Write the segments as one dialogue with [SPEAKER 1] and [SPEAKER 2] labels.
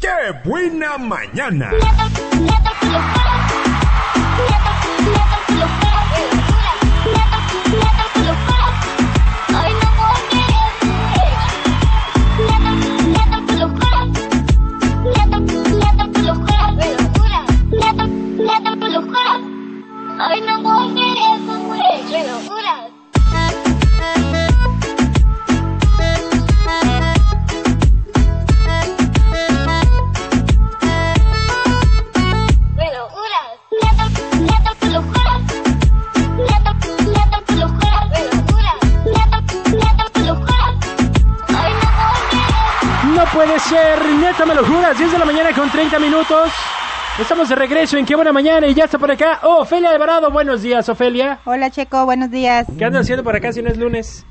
[SPEAKER 1] ¡Qué buena mañana!
[SPEAKER 2] Hoy no puedo creer eso, güey. ¡Qué locura! ¡Qué locura! Neta, neta, qué locura. Neta, neta, qué locura. ¡Qué locura! Neta, neta, qué locura. Hoy no puedo creer eso.
[SPEAKER 3] No puede ser, neta me lo juras, 10 de la mañana con 30 minutos. Estamos de regreso en Qué Buena Mañana y ya está por acá Ofelia Alvarado. Buenos días, Ofelia.
[SPEAKER 4] Hola Checo, buenos días.
[SPEAKER 3] ¿Qué andan haciendo por acá si no es lunes?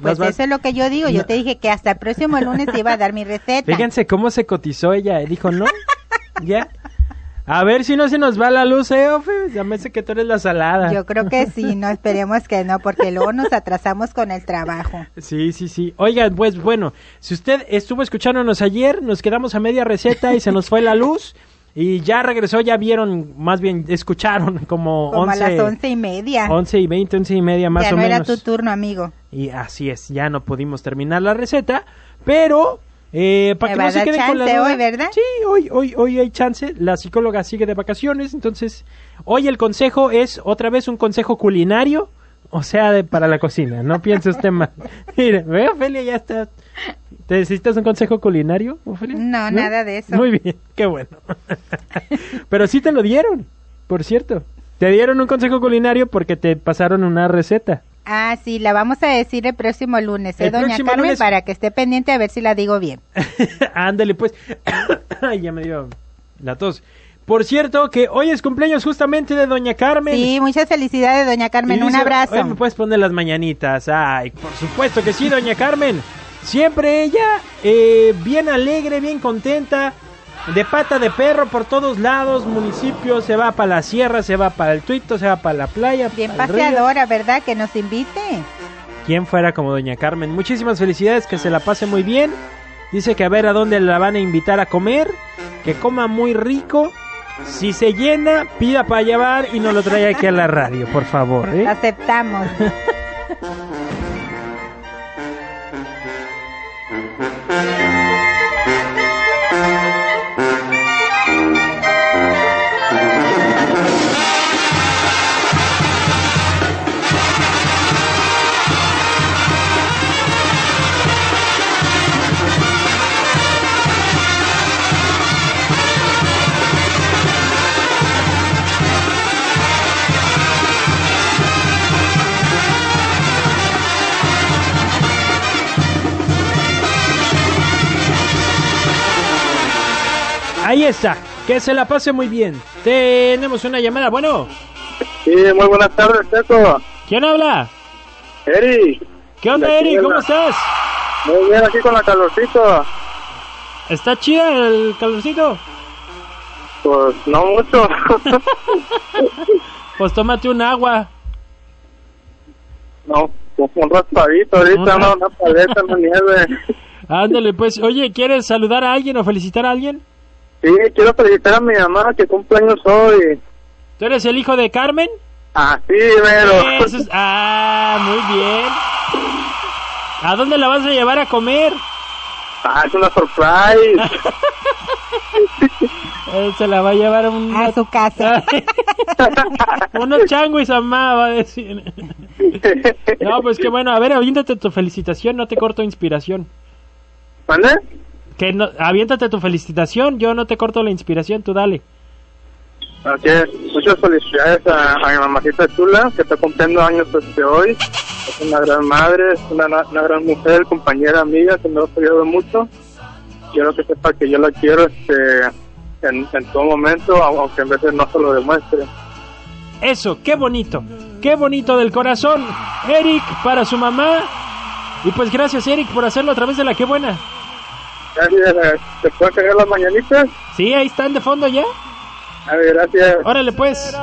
[SPEAKER 4] Pues eso es lo que yo digo, yo te dije que hasta el próximo lunes te iba a dar mi receta.
[SPEAKER 3] Fíjense cómo se cotizó ella, eh, dijo no, ya. A ver si no se nos va la luz, eh, Ofe, ya me sé que tú eres la salada.
[SPEAKER 4] Yo creo que sí, no esperemos que no, porque luego nos atrasamos con el trabajo.
[SPEAKER 3] Sí, sí, sí. Oigan, pues bueno, si usted estuvo escuchándonos ayer, nos quedamos a media receta y se nos fue la luz. Y ya regresó, ya vieron, más bien escucharon como,
[SPEAKER 4] Como
[SPEAKER 3] 11,
[SPEAKER 4] a las once y media.
[SPEAKER 3] 11 y 20, 11 y media más
[SPEAKER 4] ya
[SPEAKER 3] o
[SPEAKER 4] no
[SPEAKER 3] menos.
[SPEAKER 4] era tu turno, amigo.
[SPEAKER 3] Y así es, ya no pudimos terminar la receta, pero eh, para
[SPEAKER 4] Me
[SPEAKER 3] que
[SPEAKER 4] va
[SPEAKER 3] no
[SPEAKER 4] a
[SPEAKER 3] se
[SPEAKER 4] dar
[SPEAKER 3] queden con la
[SPEAKER 4] chance
[SPEAKER 3] duda-
[SPEAKER 4] hoy, ¿verdad?
[SPEAKER 3] Sí, hoy, hoy, hoy hay chance. La psicóloga sigue de vacaciones, entonces hoy el consejo es otra vez un consejo culinario, o sea, de, para la cocina. No piense usted más. Mire, ve, Ofelia, ya está. ¿Te necesitas un consejo culinario, Ofelia?
[SPEAKER 4] No, nada de eso.
[SPEAKER 3] Muy bien, qué bueno. Pero sí te lo dieron, por cierto. Te dieron un consejo culinario porque te pasaron una receta.
[SPEAKER 4] Ah, sí, la vamos a decir el próximo lunes, ¿eh,
[SPEAKER 3] El
[SPEAKER 4] doña
[SPEAKER 3] próximo
[SPEAKER 4] Carmen?
[SPEAKER 3] lunes.
[SPEAKER 4] Para que esté pendiente a ver si la digo bien.
[SPEAKER 3] Ándale, pues. Ay, ya me dio la tos. Por cierto, que hoy es cumpleaños justamente de Doña Carmen.
[SPEAKER 4] Sí, muchas felicidades, doña Carmen.
[SPEAKER 3] Y
[SPEAKER 4] Un
[SPEAKER 3] dice,
[SPEAKER 4] abrazo.
[SPEAKER 3] Hoy me puedes poner las mañanitas. Ay, por supuesto que sí, Doña Carmen. Siempre ella, eh, bien alegre, bien contenta. De pata de perro por todos lados, municipio, se va para la sierra, se va para el tuito, se va para la playa.
[SPEAKER 4] Bien
[SPEAKER 3] pa'l río.
[SPEAKER 4] paseadora, ¿verdad? Que nos invite.
[SPEAKER 3] Quien fuera como Doña Carmen. Muchísimas felicidades, que se la pase muy bien. Dice que a ver a dónde la van a invitar a comer, que coma muy rico. Si se llena, pida para llevar y nos lo trae aquí a la radio, por favor. ¿eh?
[SPEAKER 4] Aceptamos.
[SPEAKER 3] Ahí está, que se la pase muy bien. Tenemos una llamada, bueno.
[SPEAKER 5] Sí, muy buenas tardes, Checo.
[SPEAKER 3] ¿Quién habla?
[SPEAKER 5] Eri,
[SPEAKER 3] ¿Qué onda,
[SPEAKER 5] La
[SPEAKER 3] Eri? ¿Cómo
[SPEAKER 5] chilena.
[SPEAKER 3] estás?
[SPEAKER 5] muy bien aquí con la calorcito.
[SPEAKER 3] ¿Está chida el calorcito?
[SPEAKER 5] Pues no mucho.
[SPEAKER 3] Pues tómate un agua.
[SPEAKER 5] no, pues, un raspadito ahorita,
[SPEAKER 3] Un
[SPEAKER 5] no,
[SPEAKER 3] ras-
[SPEAKER 5] una paleta, no nieve.
[SPEAKER 3] Ándale, pues. Oye, ¿quieres saludar a alguien o felicitar a alguien?
[SPEAKER 5] Sí, quiero felicitar a mi mamá que cumpleaños hoy.
[SPEAKER 3] ¿Tú eres el hijo de Carmen?
[SPEAKER 5] Así, pero.
[SPEAKER 3] Eso es- Ah, muy bien. ¿A dónde la vas a llevar a comer?
[SPEAKER 5] Ah, es una surprise.
[SPEAKER 3] Eh, se la va a llevar a un...
[SPEAKER 4] A Ah, su casa.
[SPEAKER 3] Unos changuis a mamá, va a decir. No, pues que bueno, a ver, aviéntate tu felicitación, no te corto inspiración.
[SPEAKER 5] ¿Mande?
[SPEAKER 3] Que no, aviéntate tu felicitación, yo no te corto la inspiración, tú dale.
[SPEAKER 5] Ok, muchas Pues felicidades a, a mi mamacita chula que está cumpliendo años este hoy. Es una gran madre, es una, una gran mujer, compañera, amiga que me ha apoyado mucho. Quiero que sepa que yo la quiero este, en, en todo momento, au- aunque a veces no se lo demuestre.
[SPEAKER 3] Eso, qué bonito, qué bonito del corazón. Eric para su mamá. Y pues gracias Eric por hacerlo a través de la que buena.
[SPEAKER 5] Gracias, eh, ¿te puedo cargar las mañanitas?
[SPEAKER 3] Sí, ahí están de fondo ya.
[SPEAKER 5] A ver, gracias.
[SPEAKER 3] Órale pues.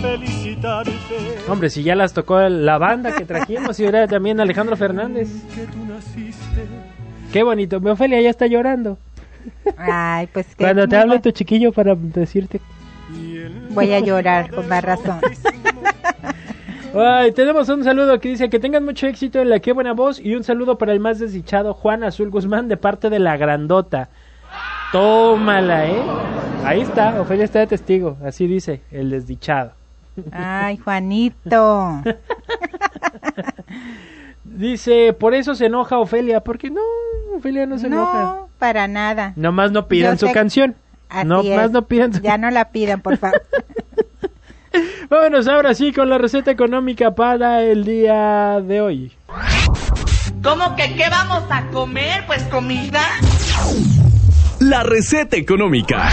[SPEAKER 6] felicitarte
[SPEAKER 3] Hombre, si ya las tocó la banda que trajimos y ahora también Alejandro Fernández.
[SPEAKER 6] que tú naciste.
[SPEAKER 3] Qué bonito. Mi Ofelia ya está llorando.
[SPEAKER 4] Ay, pues que
[SPEAKER 3] Ah. Cuando te
[SPEAKER 4] muy
[SPEAKER 3] hable
[SPEAKER 4] bu-
[SPEAKER 3] tu chiquillo para decirte.
[SPEAKER 4] voy a llorar con más razón.
[SPEAKER 3] Ay, tenemos un saludo que dice que tengan mucho éxito en la que buena voz y un saludo para el más desdichado Juan Azul Guzmán de parte de la grandota. Tómala, ¿eh? Ahí está, Ofelia está de testigo, así dice el desdichado.
[SPEAKER 4] Ay, Juanito.
[SPEAKER 3] Dice, por eso se enoja Ofelia, porque no, Ofelia no se enoja.
[SPEAKER 4] No, para nada.
[SPEAKER 3] Nomás no pidan
[SPEAKER 4] Yo
[SPEAKER 3] su
[SPEAKER 4] sé-
[SPEAKER 3] canción.
[SPEAKER 4] Así
[SPEAKER 3] no
[SPEAKER 4] es.
[SPEAKER 3] más no pidan su
[SPEAKER 4] Ya no la pidan, por favor.
[SPEAKER 3] Vámonos ahora sí con la receta económica para el día de hoy.
[SPEAKER 7] ¿Cómo que qué vamos a comer? Pues comida.
[SPEAKER 1] La receta económica.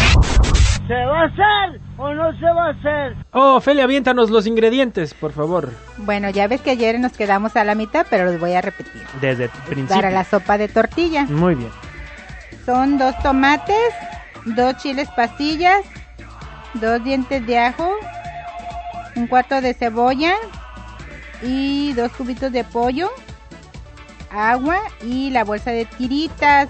[SPEAKER 3] Oh, Ofelia, aviéntanos los ingredientes, por favor.
[SPEAKER 4] Bueno, ya ves que ayer nos quedamos a la mitad, pero los voy a repetir.
[SPEAKER 3] Desde el principio.
[SPEAKER 4] Para la sopa de tortilla.
[SPEAKER 3] Muy bien.
[SPEAKER 4] Son dos tomates, dos chiles pastillas, dos dientes de ajo, un cuarto de cebolla y dos cubitos de pollo, agua y la bolsa de tiritas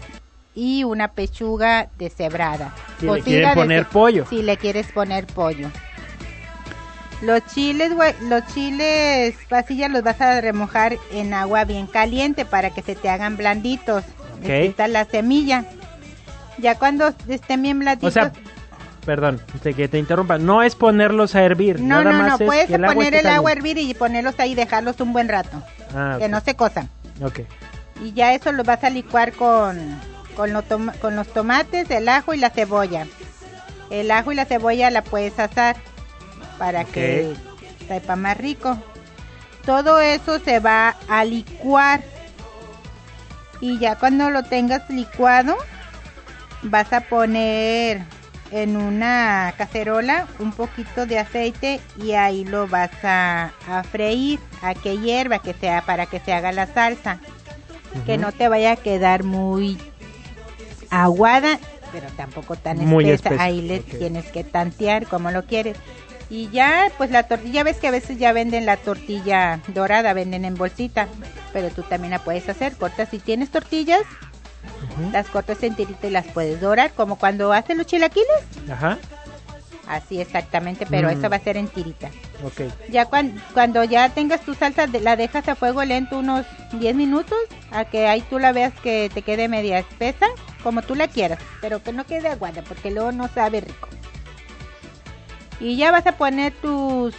[SPEAKER 4] y una pechuga deshebrada.
[SPEAKER 3] Si le
[SPEAKER 4] Cocida
[SPEAKER 3] quieren
[SPEAKER 4] deshe-
[SPEAKER 3] poner pollo.
[SPEAKER 4] Si le quieres poner pollo. Los chiles, güey, los chiles pastillas los vas a remojar en agua bien caliente para que se te hagan blanditos.
[SPEAKER 3] Ok.
[SPEAKER 4] Le quitas la semilla. Ya cuando estén bien
[SPEAKER 3] O
[SPEAKER 4] blanditos.
[SPEAKER 3] sea, perdón, te- que te interrumpa. No es ponerlos a hervir. nada
[SPEAKER 4] no, no, no,
[SPEAKER 3] más es
[SPEAKER 4] puedes
[SPEAKER 3] que el agua
[SPEAKER 4] poner
[SPEAKER 3] esté
[SPEAKER 4] el agua a
[SPEAKER 3] caliente.
[SPEAKER 4] hervir y ponerlos ahí y dejarlos un buen rato,
[SPEAKER 3] Ah,
[SPEAKER 4] que no se cosan.
[SPEAKER 3] ok.
[SPEAKER 4] Y ya eso lo vas a licuar con, con, lo toma- con los tomates, el ajo y la cebolla. El ajo y la cebolla la puedes asar para que sepa más rico. Todo eso se va a licuar. Y ya cuando lo tengas licuado, vas a poner en una cacerola un poquito de aceite y ahí lo vas a, a freír, a que hierva, que sea para que se haga la salsa que
[SPEAKER 3] Ujú.
[SPEAKER 4] no te vaya a quedar muy aguada, pero tampoco tan
[SPEAKER 3] Muy
[SPEAKER 4] espesa.
[SPEAKER 3] espesa,
[SPEAKER 4] Ahí le
[SPEAKER 3] ok.
[SPEAKER 4] tienes que tantear como lo quieres. Y ya, pues la tortilla, ves que a veces ya venden la tortilla dorada, venden en bolsita, pero tú también la puedes hacer, cortas. Si tienes tortillas,
[SPEAKER 3] Ujú.
[SPEAKER 4] las cortas enteritas y las puedes dorar, como cuando hacen los chilaquiles.
[SPEAKER 3] Ajá,
[SPEAKER 4] Así exactamente, pero
[SPEAKER 3] Mm.
[SPEAKER 4] eso va a ser en tiritas.
[SPEAKER 3] ok.
[SPEAKER 4] Ya cuan- cuando ya tengas tu salsa, de- la dejas a fuego lento unos 10 minutos, a que ahí tú la veas que te quede media espesa, como tú la quieras, pero que no quede aguada, porque luego no sabe rico. Y ya vas a poner tus,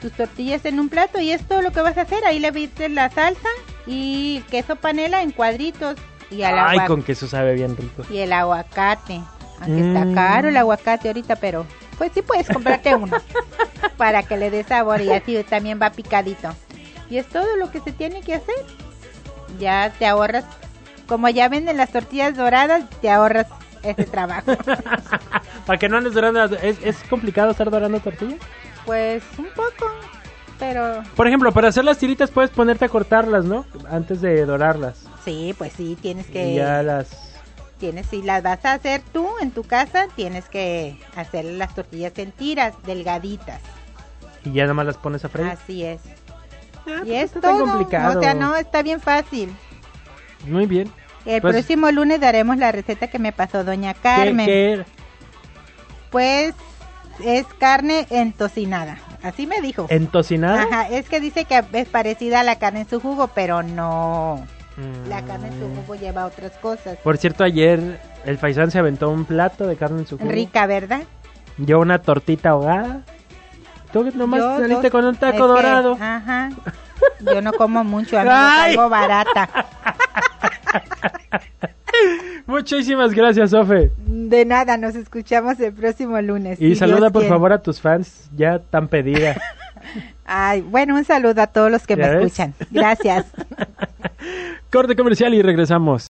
[SPEAKER 4] tus tortillas en un plato y es todo lo que vas a hacer. Ahí le viste la salsa y queso panela en cuadritos y al
[SPEAKER 3] Ay,
[SPEAKER 4] agua-
[SPEAKER 3] con que eso sabe bien rico.
[SPEAKER 4] y el aguacate. Aunque
[SPEAKER 3] Mm.
[SPEAKER 4] está caro el aguacate ahorita, pero pues sí puedes comprarte uno para que le dé sabor y así también va picadito. Y es todo lo que se tiene que hacer. Ya te ahorras, como ya venden las tortillas doradas, te ahorras ese trabajo.
[SPEAKER 3] Para que no andes dorando. las- ¿Es, es complicado estar dorando tortillas?
[SPEAKER 4] Pues un poco, pero
[SPEAKER 3] Por ejemplo, para hacer las tiritas puedes ponerte a cortarlas, ¿no? Antes de dorarlas.
[SPEAKER 4] sí, pues sí, tienes que...
[SPEAKER 3] Y ya las.
[SPEAKER 4] Tienes, si las vas a hacer tú en tu casa, tienes que hacer las tortillas en tiras, delgaditas.
[SPEAKER 3] Y ya nada más las pones a freír.
[SPEAKER 4] Así es.
[SPEAKER 3] Ah, pues
[SPEAKER 4] Y es
[SPEAKER 3] no está tan
[SPEAKER 4] todo.
[SPEAKER 3] complicado.
[SPEAKER 4] O sea, no, está bien fácil.
[SPEAKER 3] Muy bien.
[SPEAKER 4] El
[SPEAKER 3] Pues-
[SPEAKER 4] próximo lunes daremos la receta que me pasó doña
[SPEAKER 3] ¿Qué-
[SPEAKER 4] Carmen.
[SPEAKER 3] qué era?
[SPEAKER 4] Pues es carne entocinada. Así me dijo.
[SPEAKER 3] ¿Entocinada?
[SPEAKER 4] Ajá, es que dice que es parecida a la carne en su jugo, pero no.
[SPEAKER 3] Mm.
[SPEAKER 4] La carne en su jugo lleva otras cosas.
[SPEAKER 3] Por cierto, ayer el Faisán se aventó un plato de carne en su jugo.
[SPEAKER 4] Rica, ¿verdad?
[SPEAKER 3] Yo una tortita ahogada. Tú nomás
[SPEAKER 4] Yo
[SPEAKER 3] saliste
[SPEAKER 4] dos-
[SPEAKER 3] con un
[SPEAKER 4] es
[SPEAKER 3] taco
[SPEAKER 4] que-
[SPEAKER 3] dorado.
[SPEAKER 4] Ajá. Yo no como mucho, a mí me
[SPEAKER 3] Ay.
[SPEAKER 4] salgo barata.
[SPEAKER 3] Muchísimas gracias, Sofe.
[SPEAKER 4] De nada, nos escuchamos el próximo lunes.
[SPEAKER 3] Y
[SPEAKER 4] si
[SPEAKER 3] saluda
[SPEAKER 4] Dios
[SPEAKER 3] por
[SPEAKER 4] quiere.
[SPEAKER 3] favor a tus fans ya tan pedida.
[SPEAKER 4] Ay, bueno, un saludo a todos los que me
[SPEAKER 3] ¿Ya ves?
[SPEAKER 4] escuchan. Gracias.
[SPEAKER 3] Corte comercial y regresamos.